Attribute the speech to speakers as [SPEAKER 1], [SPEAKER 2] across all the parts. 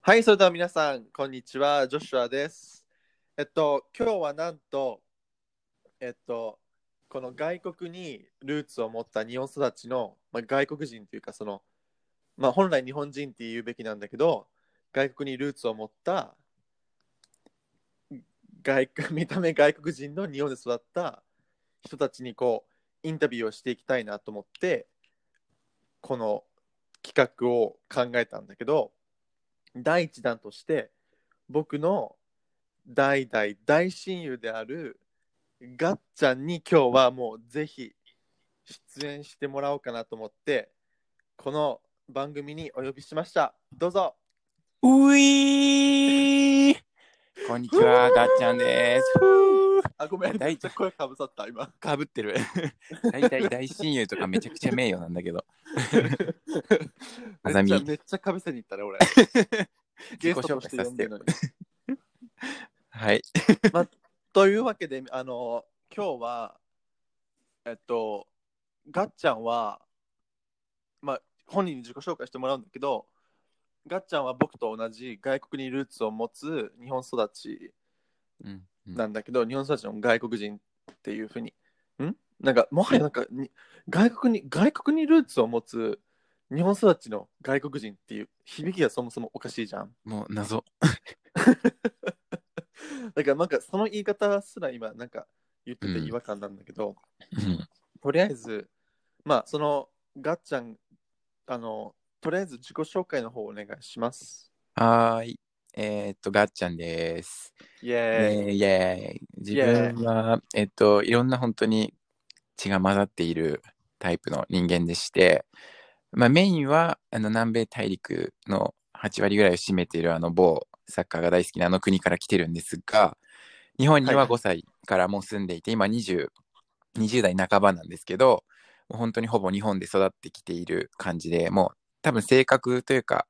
[SPEAKER 1] はい、それでは皆さん、こんにちは、ジョシュアです。えっと、今日はなんと、えっと、この外国にルーツを持った日本育ちの、まあ、外国人というか、その、まあ、本来日本人って言うべきなんだけど、外国にルーツを持った、外 国見た目外国人の日本で育った人たちにこう、インタビューをしていきたいなと思って、この企画を考えたんだけど、第一弾として僕の代々大親友であるガッちゃんに今日はもうぜひ出演してもらおうかなと思ってこの番組にお呼びしましたどうぞ
[SPEAKER 2] ういーこんにちは、
[SPEAKER 1] うー
[SPEAKER 2] ガッちゃんです。ふー
[SPEAKER 1] あごめん
[SPEAKER 2] 大
[SPEAKER 1] めっちゃ声かぶさった 今
[SPEAKER 2] かぶってる。大体大親友とかめちゃくちゃ名誉なんだけど。あ
[SPEAKER 1] め
[SPEAKER 2] ざ
[SPEAKER 1] っ
[SPEAKER 2] み
[SPEAKER 1] ちゃめっちゃかぶせに行ったね俺ゲス
[SPEAKER 2] 自己
[SPEAKER 1] トと
[SPEAKER 2] 紹
[SPEAKER 1] し
[SPEAKER 2] 介
[SPEAKER 1] て
[SPEAKER 2] さ
[SPEAKER 1] 呼
[SPEAKER 2] せ
[SPEAKER 1] んで
[SPEAKER 2] て
[SPEAKER 1] る。のに
[SPEAKER 2] はい。
[SPEAKER 1] というわけであの今日はえっとガッちゃんはまあ本人に自己紹介してもらうんだけどガッちゃんは僕と同じ外国にルーツを持つ日本育ち
[SPEAKER 2] うんうん
[SPEAKER 1] なんだけど、日本育ちの外国人っていうふうにんなんかもはやなんかに外国に外国にルーツを持つ日本育ちの外国人っていう響きがそもそもおかしいじゃん
[SPEAKER 2] もう謎。
[SPEAKER 1] だからなんかその言い方すら今なんか言ってて
[SPEAKER 2] うん
[SPEAKER 1] 違和感なんだけど、
[SPEAKER 2] うん
[SPEAKER 1] とりあえず、まあ、その、ガッちゃん、あの、とりあえず自己紹介の方お願いします。
[SPEAKER 2] はーい。えーっと、ガッちゃんです。
[SPEAKER 1] イ
[SPEAKER 2] え
[SPEAKER 1] ェーイ。
[SPEAKER 2] ーイエーイ。自分は、えっと、いろんな本当に血が混ざっているタイプの人間でして、まあ、メインはあの南米大陸の8割ぐらいを占めているあの某サッカーが大好きなあの国から来てるんですが、日本に
[SPEAKER 1] はい
[SPEAKER 2] は5歳からもう住んでいて、今20、20代半ばなんですけど、もう本当にほぼ日本で育ってきている感じで、もう多分性格というか、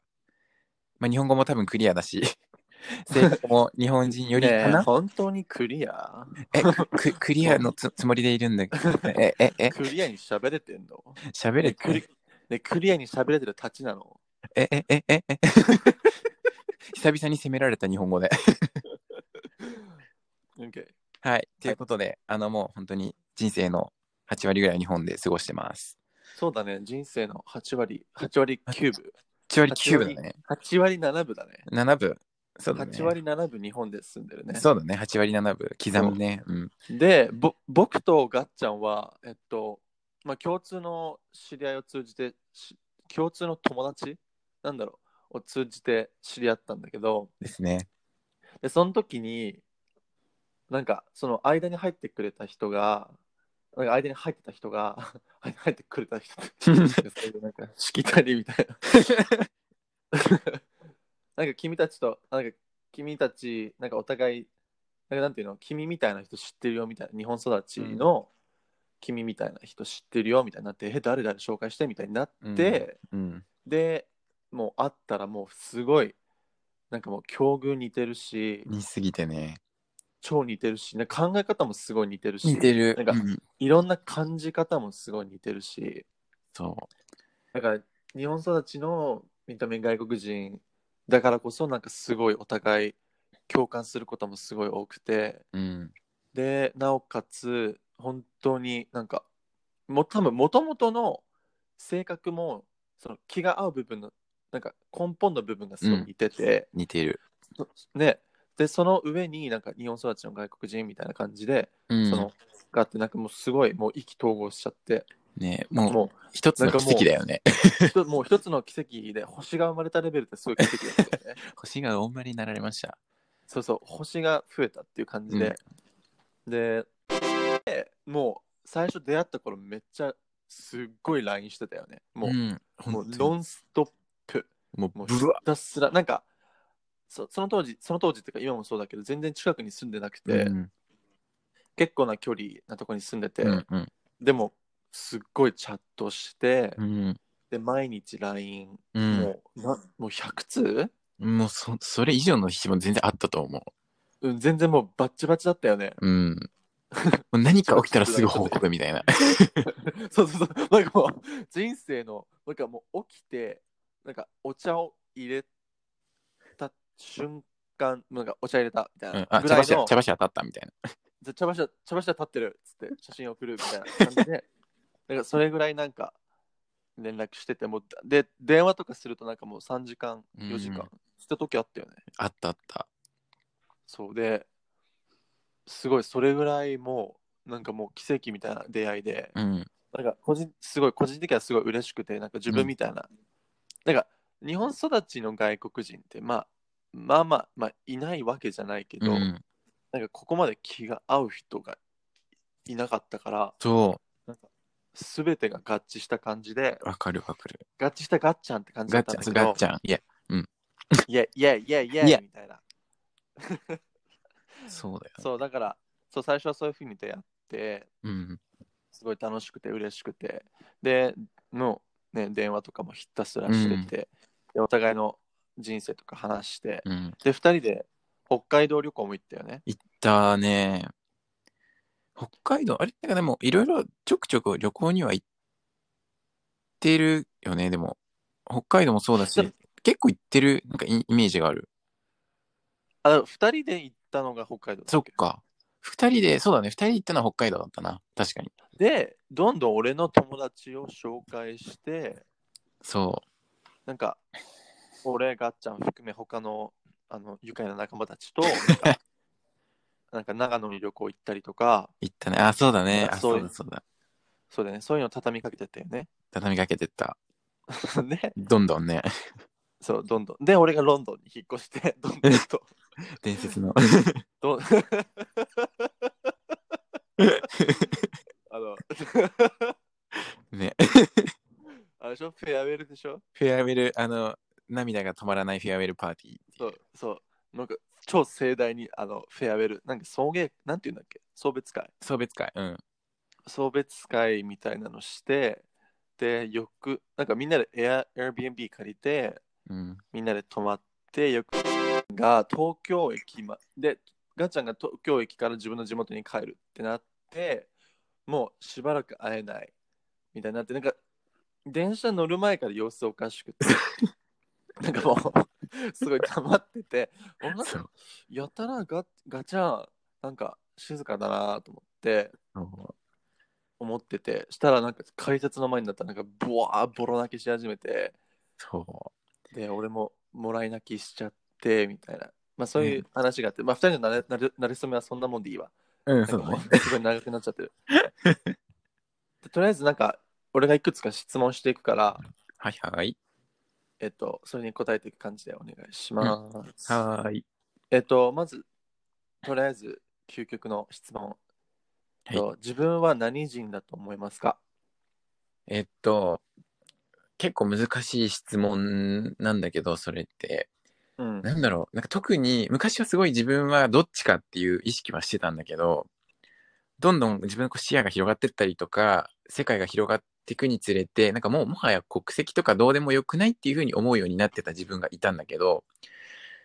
[SPEAKER 2] まあ、日本語も多分クリアだし、 性格も日本人より
[SPEAKER 1] ね
[SPEAKER 2] か
[SPEAKER 1] え
[SPEAKER 2] な
[SPEAKER 1] 本当にクリア
[SPEAKER 2] え、ククリアのつつもりでいるんだけど、え、え、え、
[SPEAKER 1] クリアに喋れてんの
[SPEAKER 2] 喋れ
[SPEAKER 1] ねクリね、クリアに喋れてるたちなの
[SPEAKER 2] え、え、え、え、え、久々に責められた日本語で。
[SPEAKER 1] ?OK。
[SPEAKER 2] はい。ということで、あの、もう本当に人生の8割ぐらい日本で過ごしてます。
[SPEAKER 1] そうだね、人生の8割、8割9分、
[SPEAKER 2] 8割9分だね。
[SPEAKER 1] 8割7分だね。
[SPEAKER 2] 7分。そうだね。
[SPEAKER 1] 8割7分日本で住んでるね。
[SPEAKER 2] そうだね。8割7分。刻むね。うん。
[SPEAKER 1] で、ぼ僕とガッちゃんは、えっと、まあ、共通の知り合いを通じて、し共通の友達なんだろうを通じて知り合ったんだけど、
[SPEAKER 2] ですね。
[SPEAKER 1] で、その時に、なんか、その間に入ってくれた人が、なんか間に入ってた人が、 間に入ってくれた人って、そういうなんか、しきたりみたいな。 なんか、君たちと、なんか、君たち、なんかお互い、なんかなんていうの、君みたいな人知ってるよみたいな、日本育ちの君みたいな人知ってるよみたいになって、え、誰誰紹介してみたいになって、
[SPEAKER 2] うん。
[SPEAKER 1] で、もう会ったらもうすごい、なんかもう境遇似てるし、
[SPEAKER 2] 似すぎてね。
[SPEAKER 1] 超似てるし、ね、考え方もすごい似てるし
[SPEAKER 2] 似てる。
[SPEAKER 1] なんか
[SPEAKER 2] うん、
[SPEAKER 1] いろんな感じ方もすごい似てるし
[SPEAKER 2] そ
[SPEAKER 1] だから日本育ちの見た目外国人だからこそなんかすごいお互い共感することもすごい多くて
[SPEAKER 2] う。うん。
[SPEAKER 1] でなおかつ本当になんかもう多分もともとの性格もその気が合う部分のなんか根本の部分がすごい似てて。
[SPEAKER 2] 似てる。
[SPEAKER 1] そね、でその上になんか日本育ちの外国人みたいな感じで、
[SPEAKER 2] うん。
[SPEAKER 1] そのがあってなんかもうすごいもう意気投合しちゃって、
[SPEAKER 2] ね、もう
[SPEAKER 1] も
[SPEAKER 2] 一つの
[SPEAKER 1] なんか
[SPEAKER 2] 奇
[SPEAKER 1] もう
[SPEAKER 2] 跡だよね。
[SPEAKER 1] うひともう一つの奇跡で星が生まれたレベルってすごい奇跡だ ったよね
[SPEAKER 2] 星がおんまりになられました。
[SPEAKER 1] そうそう星が増えたっていう感じで、ででもう最初出会った頃めっちゃすっごい LINE してたよねもう,、
[SPEAKER 2] ん、
[SPEAKER 1] もう
[SPEAKER 2] 本当に
[SPEAKER 1] ノンストップ
[SPEAKER 2] もう
[SPEAKER 1] もうひ
[SPEAKER 2] ブワ
[SPEAKER 1] たすらなんかそその当時その当時っていうか今もそうだけど全然近くに住んでなくて、
[SPEAKER 2] うん
[SPEAKER 1] 結構な距離なとこに住んでて、
[SPEAKER 2] うんうん
[SPEAKER 1] でもすっごいチャットして、
[SPEAKER 2] うん
[SPEAKER 1] で毎日 LINE、
[SPEAKER 2] うん
[SPEAKER 1] もうなもう100通、
[SPEAKER 2] もうそそれ以上の日も全然あったと思
[SPEAKER 1] うん、全然もうバッチバチだったよね
[SPEAKER 2] う。うん。 もう何か起きたらすぐ報告みたいな。
[SPEAKER 1] そうそうそうなんかもう人生のなんかもう起きてなんかお茶を入れた瞬間なんかお茶入れたみたい
[SPEAKER 2] うん、
[SPEAKER 1] な
[SPEAKER 2] あ
[SPEAKER 1] ぐ
[SPEAKER 2] 茶
[SPEAKER 1] らい
[SPEAKER 2] 柱
[SPEAKER 1] の、
[SPEAKER 2] 茶柱当たったみたいな
[SPEAKER 1] じゃ茶柱茶柱立ってるっつって写真送るみたいな感じでなんかそれぐらいなんか連絡しててもうで電話とかするとなんかもう3時間
[SPEAKER 2] うん
[SPEAKER 1] 4時間した時あったよね、
[SPEAKER 2] あったあった
[SPEAKER 1] そうですごいそれぐらいもうなんかもう奇跡みたいな出会いで
[SPEAKER 2] うん
[SPEAKER 1] なんか個人すごい個人的にはすごい嬉しくてなんか自分みたいな、なんか日本育ちの外国人って、まあ、まあまあまあいないわけじゃないけ
[SPEAKER 2] う
[SPEAKER 1] ど、
[SPEAKER 2] ん
[SPEAKER 1] なんかここまで気が合う人がいなかったから
[SPEAKER 2] そ
[SPEAKER 1] 全てが合致した感じで
[SPEAKER 2] うわかるわかる
[SPEAKER 1] 合致したガッチャンって感じだ
[SPEAKER 2] ガッ
[SPEAKER 1] った
[SPEAKER 2] チ
[SPEAKER 1] ん
[SPEAKER 2] ャ
[SPEAKER 1] だ
[SPEAKER 2] ンそ
[SPEAKER 1] け
[SPEAKER 2] う
[SPEAKER 1] ど
[SPEAKER 2] ガッチャンいや
[SPEAKER 1] イェイイェイイェイイ
[SPEAKER 2] い
[SPEAKER 1] ェ
[SPEAKER 2] や
[SPEAKER 1] イみたいな
[SPEAKER 2] そうだよ
[SPEAKER 1] そうだからそう最初はそういうふうに出会って
[SPEAKER 2] うん
[SPEAKER 1] すごい楽しくて嬉しくてでの、ね、電話とかもひたすらしてて、でお互いの人生とか話して
[SPEAKER 2] うん
[SPEAKER 1] で2人で北海道旅行も行ったよね
[SPEAKER 2] 行ったね北海道あれなんかでもいろいろちょくちょく旅行には行ってるよねでも北海道もそうだし
[SPEAKER 1] でも
[SPEAKER 2] 結構行ってるなんかイイメージがある
[SPEAKER 1] あ2人で行ったのが北海道だっけ
[SPEAKER 2] そっか二人でそうだね二人行ったのは北海道だったな確かに
[SPEAKER 1] でどんどん俺の友達を紹介して
[SPEAKER 2] そ
[SPEAKER 1] なんか、俺、ガッちゃん含め、他の、あの、愉快な仲間たちと、なん か、なんか長野に旅行行ったりとか、
[SPEAKER 2] う行ったねあそうだねあ
[SPEAKER 1] そ
[SPEAKER 2] そううだそうだ
[SPEAKER 1] そうだね、そういうの畳みかけてったよね。
[SPEAKER 2] 畳みかけてった
[SPEAKER 1] で、
[SPEAKER 2] どんどんね
[SPEAKER 1] そう、どんどん。で、俺がロンドンに引っ越して、 どんどんと。
[SPEAKER 2] 伝説の
[SPEAKER 1] どん あの、
[SPEAKER 2] ね
[SPEAKER 1] あれでしょフェアウェルでしょ
[SPEAKER 2] フェアウェルあの涙が止まらないフェアウェルパーティーってい
[SPEAKER 1] そうう、そう。なんか、超盛大に、あの、フェアウェル、なんか送迎、なんていうんだっけ送別会
[SPEAKER 2] 送別会うん
[SPEAKER 1] 送別会みたいなのしてでよくなんかみんなでエア Airbnb 借りて
[SPEAKER 2] うん
[SPEAKER 1] みんなで泊まってよくが東京駅までガちゃんが東京駅から自分の地元に帰るってなってもうしばらく会えないみたいになってなんか電車乗る前から様子おかしくて なんかもうすごい黙ってておなん
[SPEAKER 2] そ
[SPEAKER 1] か
[SPEAKER 2] う
[SPEAKER 1] やたらガガチャンなんか静かだなと思って
[SPEAKER 2] そう
[SPEAKER 1] 思っててしたらなんか改札の前になったらなんかボワーボロ泣きし始めて
[SPEAKER 2] そう
[SPEAKER 1] で俺ももらい泣きしちゃってみたいなまあそういう話があって、まあ2人のなれなれなれそめはそんなもんでいいわ
[SPEAKER 2] うん、
[SPEAKER 1] な
[SPEAKER 2] そ
[SPEAKER 1] ん
[SPEAKER 2] う
[SPEAKER 1] か
[SPEAKER 2] だ
[SPEAKER 1] も
[SPEAKER 2] ね。
[SPEAKER 1] うすごい長くなっちゃって るでとりあえずなんか俺がいくつか質問していくから
[SPEAKER 2] はいはい。
[SPEAKER 1] えっとそれに答えていく感じでお願いします、
[SPEAKER 2] はい。
[SPEAKER 1] えっとまずとりあえず究極の質問、えっと自分は何人だと思いますか
[SPEAKER 2] えっと、結構難しい質問なんだけど、それって。
[SPEAKER 1] うん
[SPEAKER 2] なんだろう。なんか特に、昔はすごい自分はどっちかっていう意識はしてたんだけど、どんどん自分のこう視野が広がってったりとか、世界が広がっていくにつれて、なんかもうもはや国籍とかどうでもよくないっていうふうに思うようになってた自分がいたんだけど、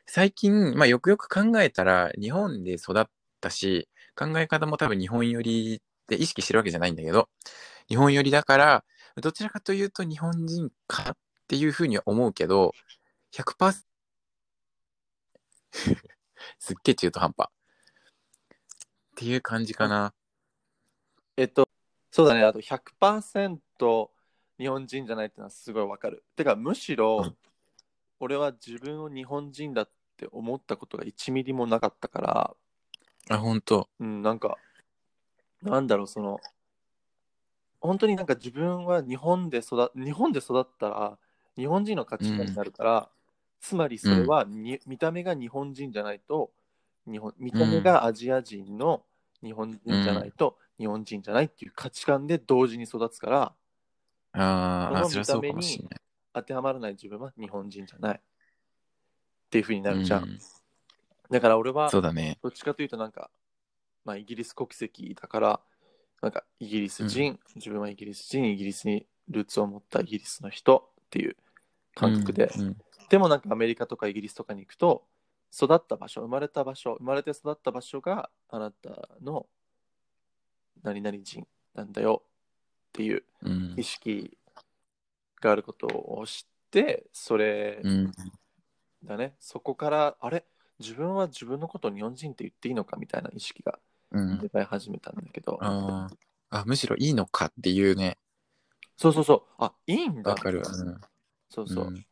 [SPEAKER 2] 最近、まあよくよく考えたら、日本で育ったし、考え方も多分日本寄りで意識してるわけじゃないんだけど、日本寄りだから、どちらかというと日本人かなっていうふうには思うけど、100%、すっげえ中途半端。っていう感じかな。
[SPEAKER 1] えっと、そうだね、あと100%日本人じゃないってのはすごいわかる。てか、むし
[SPEAKER 2] う
[SPEAKER 1] ろ
[SPEAKER 2] ん、
[SPEAKER 1] 俺は自分を日本人だって思ったことが1ミリもなかったから、
[SPEAKER 2] あ、ほんと。
[SPEAKER 1] うん、なんか、なんだろう、その、本当になんか自分は日本で育日本で育ったら、日本人の価値観になるから、つまりそれはに、見た目が日本人じゃないと日本、見た目がアジア人の日本人じゃないと、日本人じゃないっていう価値観で同時に育つから、
[SPEAKER 2] あー
[SPEAKER 1] こ
[SPEAKER 2] あ、
[SPEAKER 1] の
[SPEAKER 2] それはそうかもしれない。
[SPEAKER 1] 当てはまらない自分は日本人じゃないっていうふうになるじゃん。
[SPEAKER 2] うん
[SPEAKER 1] だから俺は
[SPEAKER 2] そうだね。
[SPEAKER 1] どっちかというとなんか、まあ、イギリス国籍だからなんかイギリス人、自分はイギリス人イギリスにルーツを持ったイギリスの人っていう感覚で、
[SPEAKER 2] うんうん
[SPEAKER 1] でもなんかアメリカとかイギリスとかに行くと育った場所生まれた場所生まれて育った場所があなたの何々人なんだよっていう
[SPEAKER 2] うん
[SPEAKER 1] 意識があることを知ってそれ
[SPEAKER 2] うん
[SPEAKER 1] だねそこからあれ自分は自分のことを日本人って言っていいのかみたいな意識が
[SPEAKER 2] うん
[SPEAKER 1] 芽生え始めたんだけど、
[SPEAKER 2] あーあむしろいいのかっていうね
[SPEAKER 1] そうそうそうあいいんだ
[SPEAKER 2] わかるわ、うん
[SPEAKER 1] そうそう、
[SPEAKER 2] ん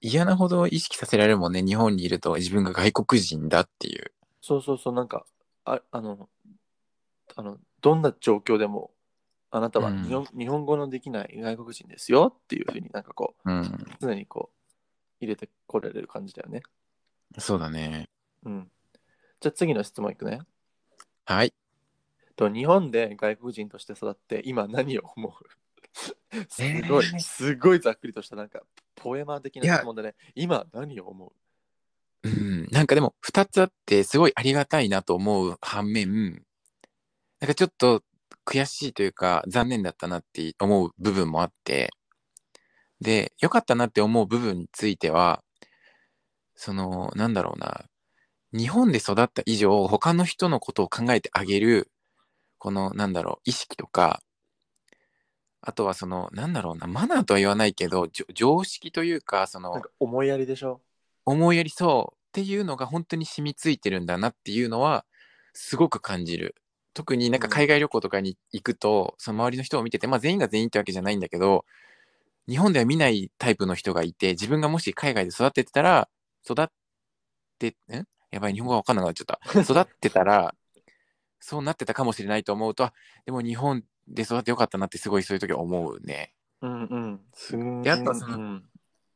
[SPEAKER 2] 嫌なほど意識させられるもんね日本にいると自分が外国人だっていう
[SPEAKER 1] そうそうそうなんかああのあのどんな状況でもあなたは日本,、日本語のできない外国人ですよっていうふうになんかこ
[SPEAKER 2] うん
[SPEAKER 1] う常にこう入れてこられる感じだよね
[SPEAKER 2] そうだね
[SPEAKER 1] うんじゃあ次の質問いくね
[SPEAKER 2] はい
[SPEAKER 1] と日本で外国人として育って今何を思う すごい、
[SPEAKER 2] えー
[SPEAKER 1] すごいざっくりとしたなんかポエマー的
[SPEAKER 2] い
[SPEAKER 1] な
[SPEAKER 2] や
[SPEAKER 1] 質問だね今何を思う
[SPEAKER 2] うんなんかでも2つあってすごいありがたいなと思う反面なんかちょっと悔しいというか残念だったなって思う部分もあってで良かったなって思う部分についてはそのなんだろうな日本で育った以上他の人のことを考えてあげるこのなんだろう意識とかあとはそのなんだろうなマナーとは言わないけどじょ常識というかその
[SPEAKER 1] なんか思いやりでしょ
[SPEAKER 2] 思いやりそうっていうのが本当に染みついてるんだなっていうのはすごく感じる特になんか
[SPEAKER 1] うん
[SPEAKER 2] 海外旅行とかに行くと、その周りの人を見てて、まあ、全員が全員ってわけじゃないんだけど日本では見ないタイプの人がいて自分がもし海外で育ってたら育ってんやばい日本語が分かんなくなっちゃ った育ってたらそうなってたかもしれないと思うとあでも日本で育ってよかったなってすごいそういう時は思うね。
[SPEAKER 1] うんうんすん
[SPEAKER 2] であとはその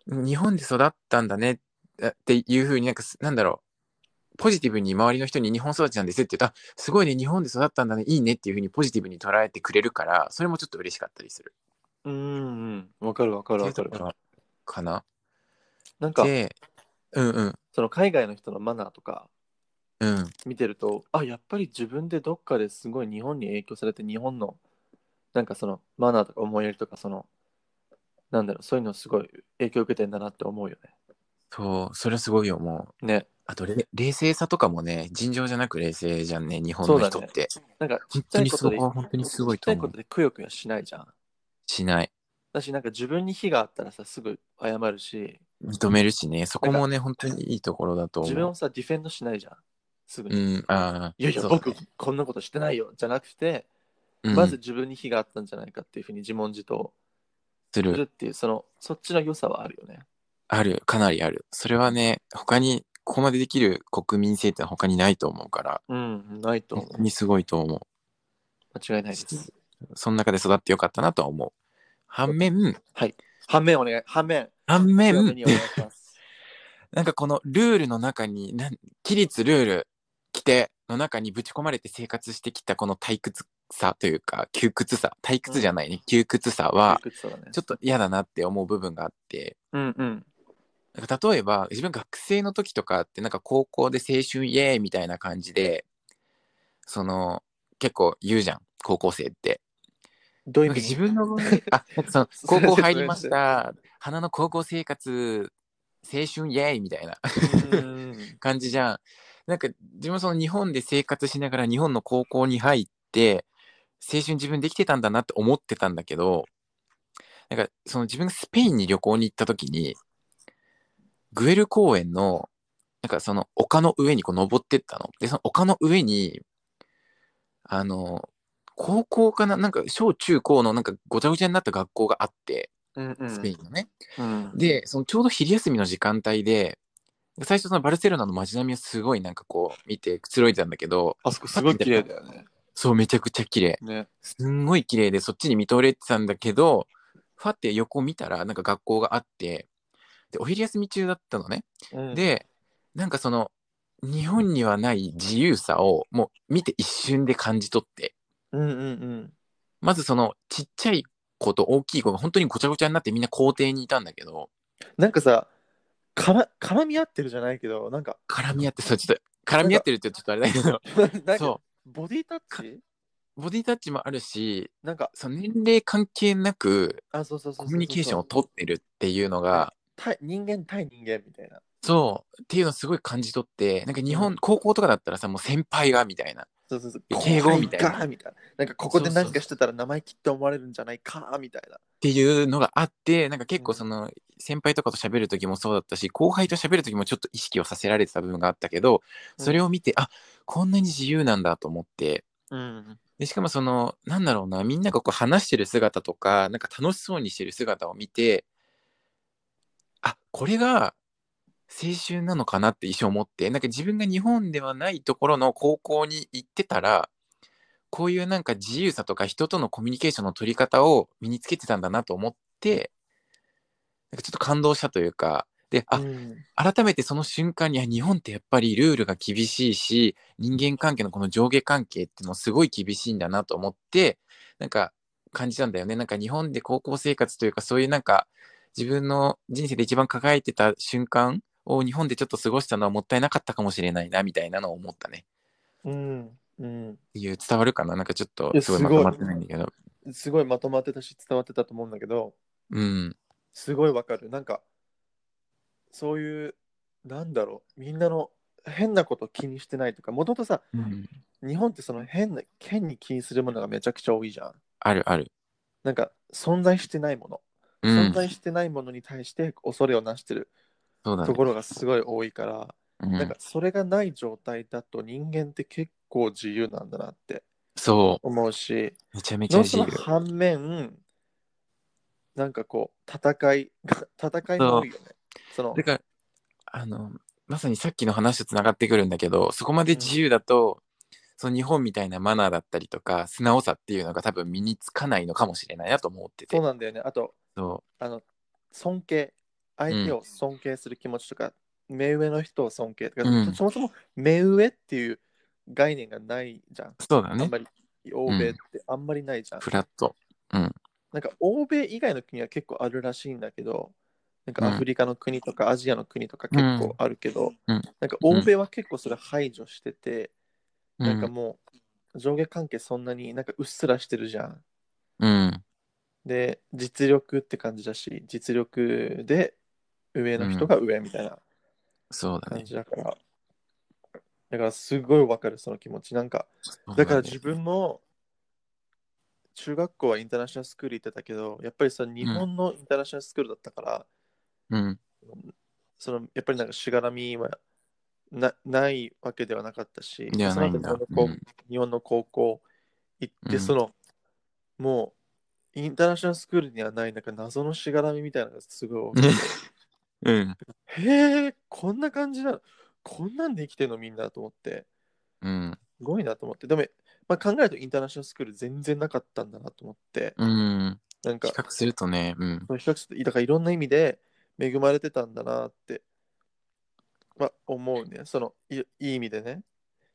[SPEAKER 1] うん
[SPEAKER 2] 日本で育ったんだねあっていうふうになんかす、なんだろう、ポジティブに周りの人に日本育ちなんですって言ったら、あすごいね、日本で育ったんだね、いいねっていうふうにポジティブに捉えてくれるから、それもちょっと嬉しかったりする。
[SPEAKER 1] うんうんわかるわかるわかる
[SPEAKER 2] っていうところかな。
[SPEAKER 1] なんか
[SPEAKER 2] で、うんうん、
[SPEAKER 1] その海外の人のマナーとか
[SPEAKER 2] うん、
[SPEAKER 1] 見てるとあやっぱり自分でどっかですごい日本に影響されて日本のなんかそのマナーとか思いやりとかそのなんだろうそういうのすごい影響受けてんだなって思うよ
[SPEAKER 2] そう、それはすごい思う。
[SPEAKER 1] ねね
[SPEAKER 2] あと、れ冷静さとかもね、尋常じゃなく冷静じゃんね、日本
[SPEAKER 1] そう
[SPEAKER 2] の
[SPEAKER 1] だね
[SPEAKER 2] 人って。
[SPEAKER 1] なんかちっ
[SPEAKER 2] 本
[SPEAKER 1] ちゃ
[SPEAKER 2] 当
[SPEAKER 1] い
[SPEAKER 2] に
[SPEAKER 1] こ
[SPEAKER 2] そ
[SPEAKER 1] とで
[SPEAKER 2] こは本当にすごい
[SPEAKER 1] ちっち
[SPEAKER 2] と
[SPEAKER 1] ゃい
[SPEAKER 2] 思
[SPEAKER 1] こ
[SPEAKER 2] う
[SPEAKER 1] と。でくよくよしないじゃん
[SPEAKER 2] しない。
[SPEAKER 1] だしなんか自分に火があったらさすぐ謝るし
[SPEAKER 2] 認めるしね、そこもね、本当にいいところだと
[SPEAKER 1] 自分
[SPEAKER 2] 思う
[SPEAKER 1] を。さディフェンドしないじゃんすぐ
[SPEAKER 2] う
[SPEAKER 1] に、
[SPEAKER 2] ん、ああ。
[SPEAKER 1] いやいや
[SPEAKER 2] そうだね
[SPEAKER 1] 僕こんなことしてないよじゃなくて、
[SPEAKER 2] うん
[SPEAKER 1] まず自分に火があったんじゃないかっていうふうに自問自答
[SPEAKER 2] す
[SPEAKER 1] す
[SPEAKER 2] る
[SPEAKER 1] る。っていうそのそっちの良さはあるよね
[SPEAKER 2] ある、かなりある。それはね、他に、ここまでできる国民性って他にないと思うから、
[SPEAKER 1] うんないと思
[SPEAKER 2] 本
[SPEAKER 1] う
[SPEAKER 2] 当にすごいと思
[SPEAKER 1] 間違いな
[SPEAKER 2] う
[SPEAKER 1] いです。
[SPEAKER 2] その中で育ってよかったなとは思う。反面、
[SPEAKER 1] 反面お願い。反面。
[SPEAKER 2] 反
[SPEAKER 1] 強
[SPEAKER 2] 面
[SPEAKER 1] め、にお願いします。
[SPEAKER 2] なんかこのルールの中に、なん規律、ルール、規定の中にぶち込まれて生活してきたこの退屈さというか、窮屈さ、退屈じゃないね、窮屈さは、
[SPEAKER 1] 窮屈そうだね
[SPEAKER 2] ちょっと嫌だなって思う部分があって、
[SPEAKER 1] うんうん。
[SPEAKER 2] なんか例えば自分学生の時とかってなんか高校で青春イエーイみたいな感じでその結構言うじゃん高校生って
[SPEAKER 1] どうい
[SPEAKER 2] な
[SPEAKER 1] うん意
[SPEAKER 2] か自
[SPEAKER 1] 味
[SPEAKER 2] 分のあなんかその高校入りました花の高校生活青春イエーイみたいな
[SPEAKER 1] うん
[SPEAKER 2] 感じじゃんなんか自分はその日本で生活しながら日本の高校に入って青春自分できてたんだなって思ってたんだけどなんかその自分がスペインに旅行に行った時にグエル公園のなんかその丘の上にこう登ってったのでその丘の上にあの高校かななんか小中高のなんかごちゃごちゃになった学校があって
[SPEAKER 1] うんうん。
[SPEAKER 2] スペインのね、
[SPEAKER 1] うん。
[SPEAKER 2] で、そのちょうど昼休みの時間帯で、最初そのバルセロナの街並みをすごいなんかこう見てくつろいでたんだけど、
[SPEAKER 1] あそこすごい綺麗だよね。
[SPEAKER 2] そうめちゃくちゃ綺麗。
[SPEAKER 1] ね。
[SPEAKER 2] すんごい綺麗でそっちに見とれてたんだけど、ファって横見たらなんか学校があって、で、お昼休み中だったのね。
[SPEAKER 1] うん、
[SPEAKER 2] で、なんかその、日本にはない自由さをもう見て一瞬で感じ取って、
[SPEAKER 1] うんうんうん。
[SPEAKER 2] まずそのちっちゃい子と大きい子が本当にごちゃごちゃになってみんな校庭にいたんだけど、
[SPEAKER 1] なんかさ、から絡み合ってるじゃないけど、なんか、
[SPEAKER 2] 絡み合って、そう、ちょっと、絡み合ってるってちょっとあれだけど、
[SPEAKER 1] なんか
[SPEAKER 2] そ
[SPEAKER 1] ボディタッチ
[SPEAKER 2] うボディタッチもあるし
[SPEAKER 1] なんか、
[SPEAKER 2] その年齢関係なく
[SPEAKER 1] あ、そうそうそうそうそう。
[SPEAKER 2] コミュニケーションを取ってるっていうのが
[SPEAKER 1] 対人間対人間みたいな。
[SPEAKER 2] そうっていうのをすごい感じ取ってなんか日本、
[SPEAKER 1] うん
[SPEAKER 2] 高校とかだったらさもう先輩がみたいな
[SPEAKER 1] そうそうそう。
[SPEAKER 2] 敬語みたいな
[SPEAKER 1] 後輩がみたいな。なんかここで何かしてたら名前切って思われるんじゃないかみたいな。
[SPEAKER 2] っていうのがあってなんか結構その先輩とかと喋る時もそうだったし後輩と喋る時もちょっと意識をさせられてた部分があったけどそれを見て、あこんなに自由なんだと思って
[SPEAKER 1] うん
[SPEAKER 2] でしかもそのなんだろうなみんながこう話してる姿とかなんか楽しそうにしてる姿を見てあこれが青春なのかなって一瞬思ってなんか自分が日本ではないところの高校に行ってたらこういうなんか自由さとか人とのコミュニケーションの取り方を身につけてたんだなと思ってなんかちょっと感動したというかであ
[SPEAKER 1] うん
[SPEAKER 2] 改めてその瞬間にあ日本ってやっぱりルールが厳しいし人間関係のこの上下関係っていうのはすごい厳しいんだなと思ってなんか感じたんだよねなんか日本で高校生活というかそういうなんか自分の人生で一番輝いてた瞬間を日本でちょっと過ごしたのはもったいなかったかもしれないなみたいなのを思ったね
[SPEAKER 1] うんうん
[SPEAKER 2] っていう伝わるかななんかちょっと
[SPEAKER 1] いや
[SPEAKER 2] すごい
[SPEAKER 1] す
[SPEAKER 2] ま
[SPEAKER 1] ごい
[SPEAKER 2] とまってないんだけど
[SPEAKER 1] すごいまとまってたし伝わってたと思うんだけど
[SPEAKER 2] うん
[SPEAKER 1] すごいわかるなんかそういうなんだろうみんなの変なこと気にしてないとかもともとさ
[SPEAKER 2] うん
[SPEAKER 1] 日本ってその変な変に気にするものがめちゃくちゃ多いじゃん
[SPEAKER 2] あるある
[SPEAKER 1] なんか存在してないもの、
[SPEAKER 2] うん
[SPEAKER 1] 存在してないものに対して恐れをなしてる
[SPEAKER 2] そうだ
[SPEAKER 1] と
[SPEAKER 2] ね
[SPEAKER 1] ころがすごい多いから、
[SPEAKER 2] うん
[SPEAKER 1] なんかそれがない状態だと人間って結構自由なんだなって
[SPEAKER 2] そ
[SPEAKER 1] 思うし
[SPEAKER 2] うめちゃめちゃ
[SPEAKER 1] の
[SPEAKER 2] 自
[SPEAKER 1] そ
[SPEAKER 2] 由
[SPEAKER 1] の反面なんかこう戦い 戦いも多いよねその
[SPEAKER 2] だからあのまさにさっきの話とつながってくるんだけどそこまで自由だと、その日本みたいなマナーだったりとか素直さっていうのが多分身につかないのかもしれないなと思ってて
[SPEAKER 1] そうなんだよねあと
[SPEAKER 2] そ
[SPEAKER 1] あの尊敬相手を尊敬する気持ちとか、目上の人を尊敬とか、
[SPEAKER 2] うん
[SPEAKER 1] そもそも目上っていう概念がないじゃん
[SPEAKER 2] うそうだ
[SPEAKER 1] あん
[SPEAKER 2] ね
[SPEAKER 1] まり欧米ってあんまりないじゃん。
[SPEAKER 2] フラット
[SPEAKER 1] なんか欧米以外の国は結構あるらしいんだけど、なんかアフリカの国とかアジアの国とか結構あるけど、
[SPEAKER 2] うん
[SPEAKER 1] なんか欧米は結構それ排除してて、
[SPEAKER 2] う
[SPEAKER 1] なんか
[SPEAKER 2] ん、
[SPEAKER 1] もう上下関係そんなになんかうっすらしてるじゃん。
[SPEAKER 2] うん、
[SPEAKER 1] で、実力って感じだし、実力で上の人が上みたいな
[SPEAKER 2] そうだ
[SPEAKER 1] 感
[SPEAKER 2] ね
[SPEAKER 1] じだから、だからすごいわかるその気持ち。なんかだから自分も中学校はインターナショナルスクール行ってたけどやっぱりその日本のインターナショナルスクールだったから、
[SPEAKER 2] うん
[SPEAKER 1] そのやっぱりなんかしがらみはなないわけではなかったし
[SPEAKER 2] いや
[SPEAKER 1] その
[SPEAKER 2] ない
[SPEAKER 1] 後
[SPEAKER 2] ん
[SPEAKER 1] 日
[SPEAKER 2] だ
[SPEAKER 1] 本の高
[SPEAKER 2] うん
[SPEAKER 1] 日本の高校行って、
[SPEAKER 2] うん
[SPEAKER 1] そのもうインターナショナルスクールにはないなんか謎のしがらみみたいなのがすごい多くて
[SPEAKER 2] うん
[SPEAKER 1] へえこんな感じなのこんなんで生きてんのみんなと思って
[SPEAKER 2] うん
[SPEAKER 1] すごいなと思ってでも、まあ、考えるとインターナショナルスクール全然なかったんだなと思って
[SPEAKER 2] うん
[SPEAKER 1] なんか
[SPEAKER 2] 比較するとねうん
[SPEAKER 1] 比較してだからいろんな意味で恵まれてたんだなって、まあ、思うねそのいいい意味でね、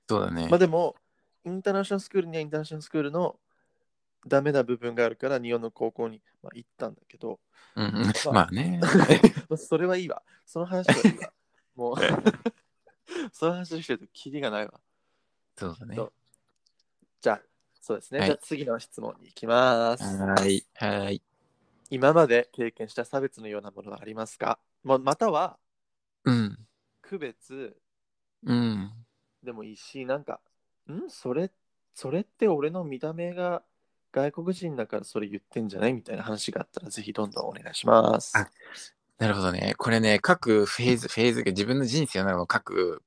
[SPEAKER 2] そうだね、
[SPEAKER 1] まあ、でもインターナショナルスクールにはインターナショナルスクールのダメな部分があるから日本の高校に、まあ、行ったんだけど、
[SPEAKER 2] うんうん
[SPEAKER 1] まあ
[SPEAKER 2] まあね
[SPEAKER 1] まあ、 それはいいわその話はい いわもう その話をしてるとキリがないわ
[SPEAKER 2] そうだね
[SPEAKER 1] そうじゃあそうですね、
[SPEAKER 2] はい
[SPEAKER 1] じゃあ次の質問に行きます、
[SPEAKER 2] はーいはーい
[SPEAKER 1] 今まで経験した差別のようなものはありますかままたは
[SPEAKER 2] うん
[SPEAKER 1] 区別
[SPEAKER 2] うん
[SPEAKER 1] でもいいし、なんか、んそれ、それって俺の見た目が外国人だからそれ言ってんじゃないみたいな話があったら、ぜひどんどんお願いします。
[SPEAKER 2] あなるほどね。これね、各フェーズ、フェーズが自分の人生の中の各、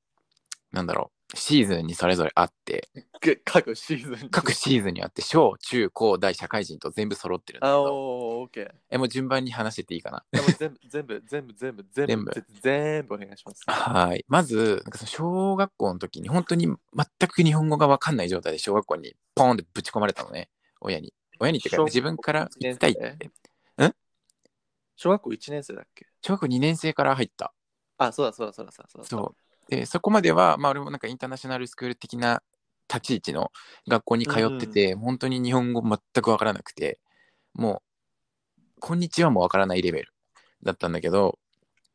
[SPEAKER 2] なんだろう、シーズンにそれぞれあって、
[SPEAKER 1] く各シーズンに。
[SPEAKER 2] 各シーズンにあって、小、中、高、大、社会人と全部揃ってるんだけ
[SPEAKER 1] あ、
[SPEAKER 2] ど、
[SPEAKER 1] おー、オッケー。
[SPEAKER 2] え、もう順番に話してっていいかな。
[SPEAKER 1] でも全部、 全部、全部、全部、全部、
[SPEAKER 2] 全部
[SPEAKER 1] 全部お願いします。
[SPEAKER 2] はい。まず、なんかその小学校の時に、本当に全く日本語がわかんない状態で小学校にポーンってぶち込まれたのね、親に。親にっていうか、
[SPEAKER 1] 小学校
[SPEAKER 2] 自分から
[SPEAKER 1] 一
[SPEAKER 2] 行
[SPEAKER 1] 年生
[SPEAKER 2] きたいって。
[SPEAKER 1] 小学校1年生だっけ
[SPEAKER 2] 小学校2年生から入った。
[SPEAKER 1] あ、そうだそうだそうだそうだう
[SPEAKER 2] そう。で、そこまでは、まあ、俺もなんかインターナショナルスクール的な立ち位置の学校に通ってて、本当に日本語全くわからなくて、もう、こんにちはもわからないレベルだったんだけど、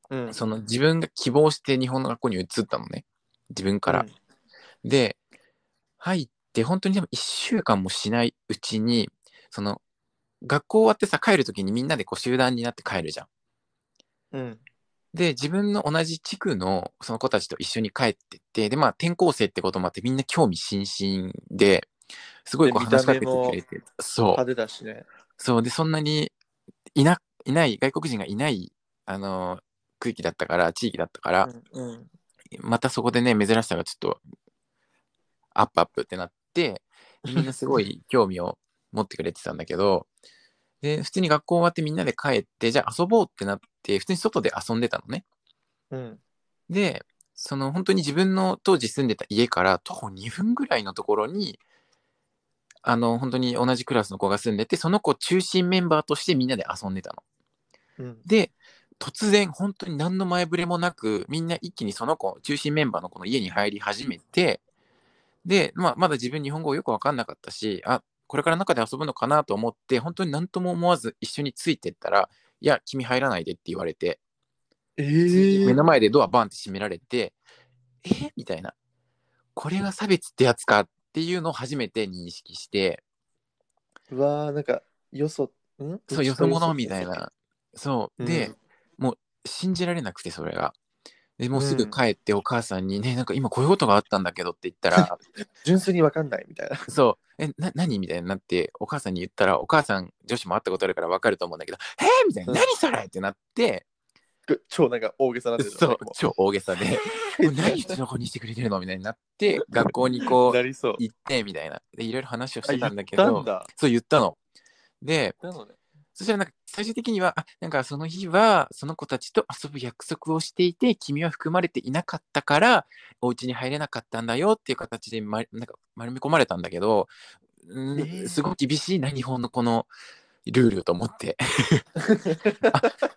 [SPEAKER 1] だ。うん。
[SPEAKER 2] その自分が希望して日本の学校に移ったのね。自分から。
[SPEAKER 1] うん
[SPEAKER 2] で、入って、本当にでも1週間もしないうちに、その、学校終わってさ、帰るときにみんなでこう集団になって帰るじゃん。
[SPEAKER 1] うん。
[SPEAKER 2] で、自分の同じ地区のその子たちと一緒に帰ってって、で、まあ転校生ってこともあってみんな興味津々で、すごいこう
[SPEAKER 1] で見
[SPEAKER 2] 話したか
[SPEAKER 1] 目
[SPEAKER 2] けて
[SPEAKER 1] も
[SPEAKER 2] くれて、そう
[SPEAKER 1] 派、手だしね。
[SPEAKER 2] そう、で、そんなにいな、いない、外国人がいないあの区域だったから地域だったから、
[SPEAKER 1] うんうん
[SPEAKER 2] またそこでね珍しさがちょっとアップアップってなってみんなす ごい興味を持ってくれてたんだけどで普通に学校終わってみんなで帰ってじゃあ遊ぼうってなって普通に外で遊んでたのね
[SPEAKER 1] うん
[SPEAKER 2] でその本当に自分の当時住んでた家から徒歩2分ぐらいのところにあの本当に同じクラスの子が住んでてその子中心メンバーとしてみんなで遊んでたの。
[SPEAKER 1] うん
[SPEAKER 2] で突然本当に何の前触れもなくみんな一気にその子中心メンバーの子の家に入り始めてで、まあ、まだ自分日本語よく分かんなかったしあこれから中で遊ぶのかなと思って本当に何とも思わず一緒についてったら「いや君入らないで」って言われて
[SPEAKER 1] え
[SPEAKER 2] 目の
[SPEAKER 1] ー、
[SPEAKER 2] 前でドアバンって閉められて、えーみたいな。これが差別ってやつかっていうのを初めて認識して、
[SPEAKER 1] うわーなんかよそん
[SPEAKER 2] そう、よそ者みたいな。そう。で、
[SPEAKER 1] うん
[SPEAKER 2] 信じられなくて、それが。でもうす
[SPEAKER 1] う
[SPEAKER 2] ぐ
[SPEAKER 1] ん
[SPEAKER 2] 帰ってお母さんに、ね、なんか今こういうことがあったんだけどって言った ら、
[SPEAKER 1] 純粋にわかんないみたいな
[SPEAKER 2] そう、え、な、何みたいになって、お母さんに言ったら、お母さん、女子も会ったことあるから分かると思うんだけど、えーみたいな、
[SPEAKER 1] うん
[SPEAKER 2] 何それってなって、
[SPEAKER 1] 超なんか大げさなんです
[SPEAKER 2] そう、超大げさ で、もう何うちの子にしてくれてるのみたいになって、学校にこう、
[SPEAKER 1] なりそう
[SPEAKER 2] 行ってみたいなでいろいろ話をし
[SPEAKER 1] あ言
[SPEAKER 2] てた
[SPEAKER 1] っ
[SPEAKER 2] んだけ
[SPEAKER 1] たん
[SPEAKER 2] ど
[SPEAKER 1] だ
[SPEAKER 2] そう言ったので
[SPEAKER 1] なのね
[SPEAKER 2] そしたらなんか最終的にはあなんかその日はその子たちと遊ぶ約束をしていて君は含まれていなかったからお家に入れなかったんだよっていう形で、ま、なんか丸め込まれたんだけど、うん
[SPEAKER 1] えー
[SPEAKER 2] すごい厳しいな日本のこのルールと思って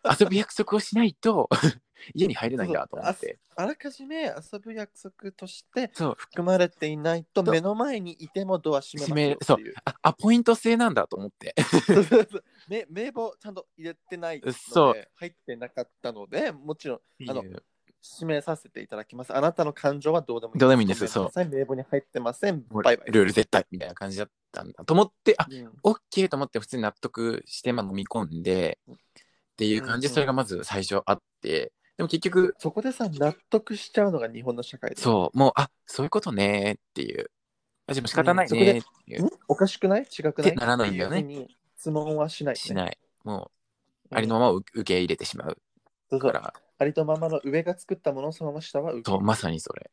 [SPEAKER 2] あ遊ぶ約束をしないと 家に入れないんだと思って
[SPEAKER 1] あらかじめ遊ぶ約束として
[SPEAKER 2] そう
[SPEAKER 1] 含まれていないと
[SPEAKER 2] そう
[SPEAKER 1] 目の前にいてもドア閉
[SPEAKER 2] 締
[SPEAKER 1] めま
[SPEAKER 2] める
[SPEAKER 1] すよっ
[SPEAKER 2] そう
[SPEAKER 1] ていう
[SPEAKER 2] あアポイント制なんだと思って
[SPEAKER 1] そうそうそう め名簿ちゃんと入れてないの
[SPEAKER 2] そう
[SPEAKER 1] で入ってなかったのでもちろんあの
[SPEAKER 2] いう
[SPEAKER 1] 締めさせていただきますあなたの感情はどうでもいい
[SPEAKER 2] どうでもいいんです
[SPEAKER 1] ごめなさい名簿に入ってません
[SPEAKER 2] もう
[SPEAKER 1] バイバイ
[SPEAKER 2] ルール絶対みたいな感じだったんだと思って、あ、
[SPEAKER 1] うん
[SPEAKER 2] オッケーと思って普通に納得して、まあ、飲み込んで、っていう感じ
[SPEAKER 1] うんうん
[SPEAKER 2] で、それがまず最初あって、でも結局、
[SPEAKER 1] そこでさ納得しちゃうのが日本の社会で
[SPEAKER 2] そう、もう、あ、そういうことねーっていう。あ、でも仕方ないねーっていう。
[SPEAKER 1] んおかしくない違くない
[SPEAKER 2] ってならないんだよね
[SPEAKER 1] っていうふうに質問はしない、ね、
[SPEAKER 2] しない。も
[SPEAKER 1] う
[SPEAKER 2] う、
[SPEAKER 1] ん
[SPEAKER 2] ありのままを受受け入れてしまう
[SPEAKER 1] そうそ
[SPEAKER 2] か
[SPEAKER 1] う
[SPEAKER 2] ら、
[SPEAKER 1] ありとままの上が作ったものをそのまま下は受け
[SPEAKER 2] そう、まさにそれ。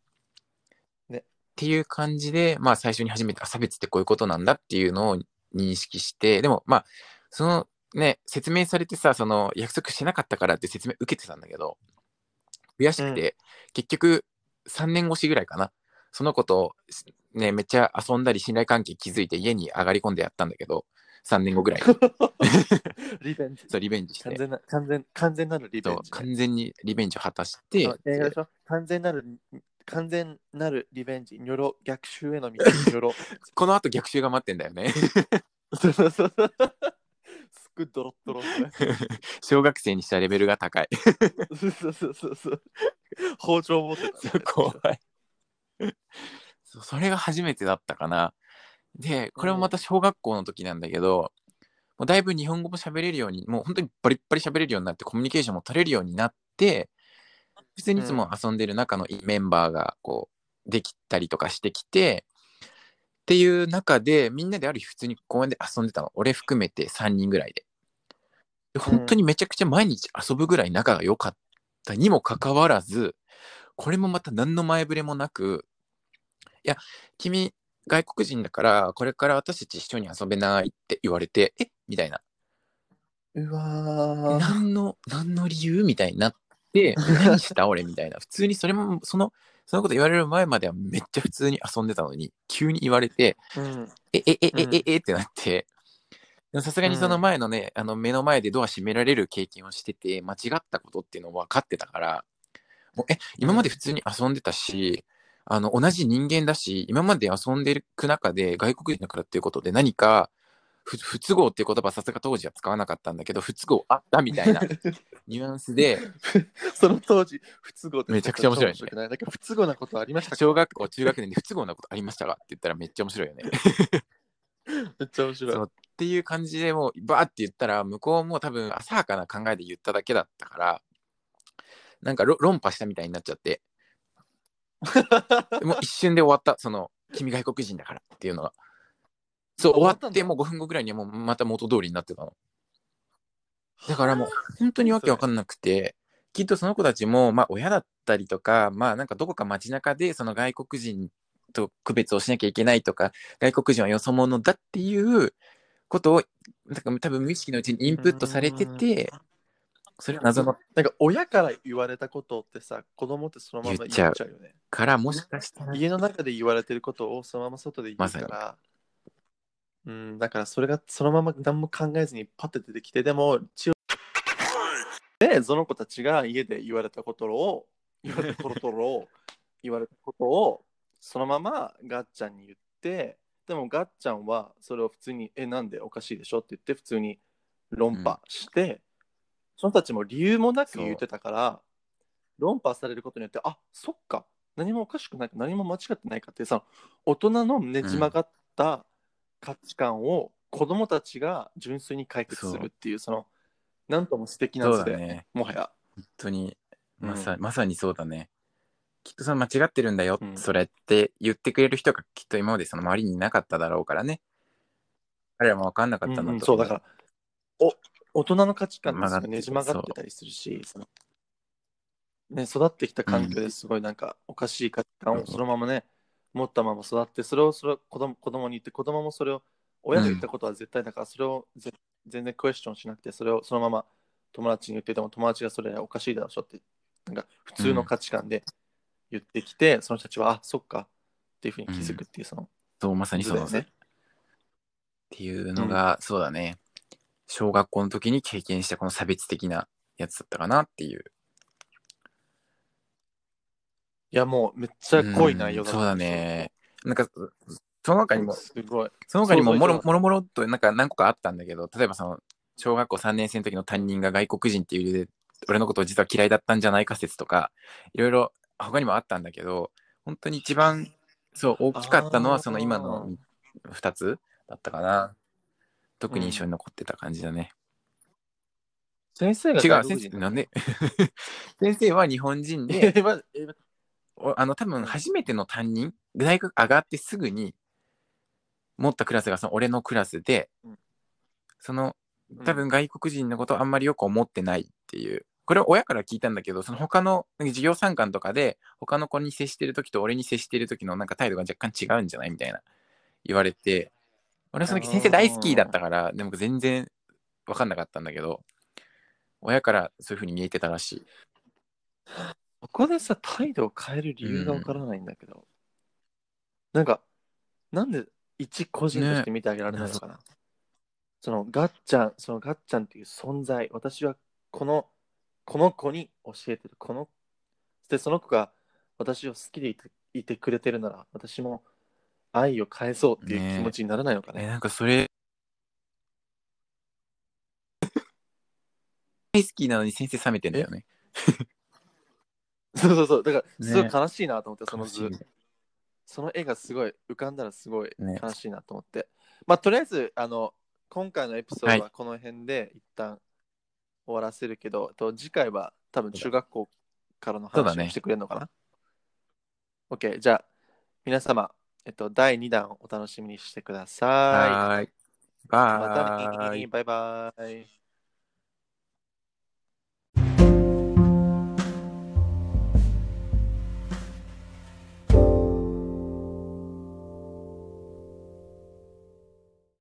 [SPEAKER 1] ね
[SPEAKER 2] っていう感じで、まあ、最初に初めて、あ差別ってこういうことなんだっていうのを認識して、でも、まあ、その、ね、説明されてさ、その、約束してなかったからって説明受けてたんだけど、悔しくて、結局、3年越しぐらいかな。その子と、ね、めっちゃ遊んだり、信頼関係築いて家に上がり込んでやったんだけど、3年後ぐらい に、
[SPEAKER 1] リベンジ
[SPEAKER 2] そう、リベンジし
[SPEAKER 1] 完
[SPEAKER 2] て、
[SPEAKER 1] 全な完全完全なるリベ
[SPEAKER 2] そ
[SPEAKER 1] ン
[SPEAKER 2] う
[SPEAKER 1] ジね、
[SPEAKER 2] 完全にリベンジを果たして、
[SPEAKER 1] そう映画でしょ完全なる完全なるリベンジ、ニョロ、逆襲への道、ニョロ。
[SPEAKER 2] この後逆襲が待ってんだよね。
[SPEAKER 1] そうそうそうそうすっごいドロッドロッとね。
[SPEAKER 2] 小学生にしたレベルが高い。
[SPEAKER 1] そうそうそうそうそう。包丁持ってたね、
[SPEAKER 2] 怖い。そうそれが初めてだったかな。で、これもまた小学校の時なんだけど、もうだいぶ日本語も喋れるように、もう本当にバリッバリ喋れるようになって、コミュニケーションも取れるようになって、普通にいつも遊んでる仲のいいメンバーがこう、できたりとかしてきて、っていう中で、みんなである日普通に公園で遊んでたの。俺含めて3人ぐらいで。で本当にめちゃくちゃ毎日遊ぶぐらい仲が良かったにもかかわらず、これもまた何の前触れもなく、いや、君、外国人だから、これから私たち一緒に遊べないって言われて、えみたいな。
[SPEAKER 1] うわー。
[SPEAKER 2] 何の、何の理由みたいになって、何した俺みたいな。普通にそれも、その、そのこと言われる前まではめっちゃ普通に遊んでたのに、急に言われて、
[SPEAKER 1] うん、
[SPEAKER 2] え、え、え、え、
[SPEAKER 1] うん
[SPEAKER 2] え、えってなって、でもさすがにその前のね、あの目の前でドア閉められる経験をしてて、間違ったことっていうのを分かってたから、もうえ、今まで普通に遊んでたし、あの、同じ人間だし、今まで遊んでる中で外国人だからっていうことで何か、不不都合っていう言葉はさすが当時は使わなかったんだけど、不都合あったみたいなニュアンス で、
[SPEAKER 1] その当時、不都合って
[SPEAKER 2] めちゃくちゃ面白いね
[SPEAKER 1] 超くないなんか不都合なことありましたか
[SPEAKER 2] 小学校、中学年で不都合なことありましたかって言ったらめっちゃ面白いよね。
[SPEAKER 1] めっちゃ面白い。
[SPEAKER 2] そうっていう感じでもうバーって言ったら向こうも多分浅はかな考えで言っただけだったからなんかろ論破したみたいになっちゃってもう一瞬で終わったその「君外国人だから」っていうのがそ
[SPEAKER 1] 終
[SPEAKER 2] う終
[SPEAKER 1] わ
[SPEAKER 2] わ
[SPEAKER 1] ったんだ
[SPEAKER 2] ってもう5分後ぐらいにはもうまた元通りになってたのだからもう本当にわけわかんなくて、きっとその子たちも、まあ親だったりとか、まあなんかどこか街中でその外国人と区別をしなきゃいけないとか、外国人はよそ者だっていうことを、だから多分無意識のうちにインプットされてて、それは謎の
[SPEAKER 1] なんか親から言われたことってさ子供ってそのまま言っちゃうよね
[SPEAKER 2] からもしかしたら
[SPEAKER 1] 家の中で言われてることをそのまま外で言うから、うんだからそれがそのまま何も考えずにパッて出てきてでも一応でその子たちが家で言われたことを言われたことを言われたことをそのままガッちゃんに言ってでもガッちゃんはそれを普通に「えなんでおかしいでしょ?」って言って普通に論破して、その人たちも理由もなく言ってたから論破されることによってあそっか何もおかしくないか何も間違ってないかっていうさ大人のねじ曲がった価値観を子供たちが純粋に解決するっていうそのなんとも素敵な
[SPEAKER 2] そう
[SPEAKER 1] 図で、
[SPEAKER 2] だね
[SPEAKER 1] もはや
[SPEAKER 2] 本当に
[SPEAKER 1] うん
[SPEAKER 2] まさ,、まさにそうだねきっとその間違ってるんだよ、
[SPEAKER 1] うん
[SPEAKER 2] それって言ってくれる人がきっと今までその周りにいなかっただろうからね彼らも分かんなかったんだと思
[SPEAKER 1] うんうんそうだからお大人の価値観です
[SPEAKER 2] 曲が
[SPEAKER 1] が
[SPEAKER 2] ってる
[SPEAKER 1] ねじ曲がってたりするしそのね、育ってきた環境ですごいなんかおかしい価値観をそのままね、持ったまま育ってそれをそれを子供子供に言って子供もそれを親が言ったことは絶対だからそれをぜ全然クエスチョンしなくてそれをそのまま友達に言ってても友達がそれおかしいだろしょってなんか普通の価値観で言ってきて、その人たちはあそっかっていうふうに気づくっていうその、
[SPEAKER 2] そうまさにその
[SPEAKER 1] 図だよね
[SPEAKER 2] っていうのが、そうだね小学校の時に経験したこの差別的なやつだったかなっていう
[SPEAKER 1] いやもうめっちゃ濃い内容
[SPEAKER 2] うん
[SPEAKER 1] だ
[SPEAKER 2] そうだねなんかその中にも
[SPEAKER 1] すごい
[SPEAKER 2] その他にも
[SPEAKER 1] そう
[SPEAKER 2] も
[SPEAKER 1] そうそう
[SPEAKER 2] ろもろもろっとなんか何個かあったんだけど、例えばその小学校3年生の時の担任が外国人っていう理由で、俺のことを実は嫌いだったんじゃないか説とか、いろいろ他にもあったんだけど、本当に一番そう大きかったの
[SPEAKER 1] あ
[SPEAKER 2] は
[SPEAKER 1] ー
[SPEAKER 2] その今の2つだったかな。特に印象に残ってた感じだね。
[SPEAKER 1] 先生が
[SPEAKER 2] 違う、
[SPEAKER 1] 外
[SPEAKER 2] 先
[SPEAKER 1] 国
[SPEAKER 2] 生
[SPEAKER 1] 人
[SPEAKER 2] ってなんで 先生は日本人で、
[SPEAKER 1] えまえ
[SPEAKER 2] おあの多分
[SPEAKER 1] うん
[SPEAKER 2] 初めての担任大学上がってすぐに持ったクラスがその俺のクラスで、
[SPEAKER 1] うん
[SPEAKER 2] その
[SPEAKER 1] うん
[SPEAKER 2] 多分外国人のことあんまりよく思ってないっていうこれは親から聞いたんだけどその他のなんか授業参観とかで他の子に接してる時と俺に接してる時のなんか態度が若干違うんじゃないみたいな言われて俺はその時先生大好きだったからでも全然分かんなかったんだけど親からそういう風に見えてたらしい
[SPEAKER 1] ここでさ態度を変える理由がわからないんだけど、なんかなんで一個人として見てあげられないのかな、そのガッちゃんそのガッちゃんっていう存在私はこのこの子に教えてるこのでその子が私を好きでいていてくれてるなら私も愛を返そうっていう気持ちにならないのかね
[SPEAKER 2] え、なんかそれ。大好きなのに先生冷めてんだよね。
[SPEAKER 1] そうそうそうだから
[SPEAKER 2] ね
[SPEAKER 1] すごい悲しいなと思って、その図
[SPEAKER 2] 悲しい
[SPEAKER 1] その絵がすごい浮かんだらすごい
[SPEAKER 2] ね
[SPEAKER 1] 悲しいなと思って、まあとりあえずあの今回のエピソードははこの辺で一旦終わらせるけど、と次回は多分中学校からの
[SPEAKER 2] そうだ
[SPEAKER 1] 話
[SPEAKER 2] ね
[SPEAKER 1] をしてくれるのかな、?OK じゃあ皆様、えっと、第2弾をお楽しみにしてくださ
[SPEAKER 2] はーい。
[SPEAKER 1] い。また
[SPEAKER 2] バーイ。
[SPEAKER 1] ねバイバイ。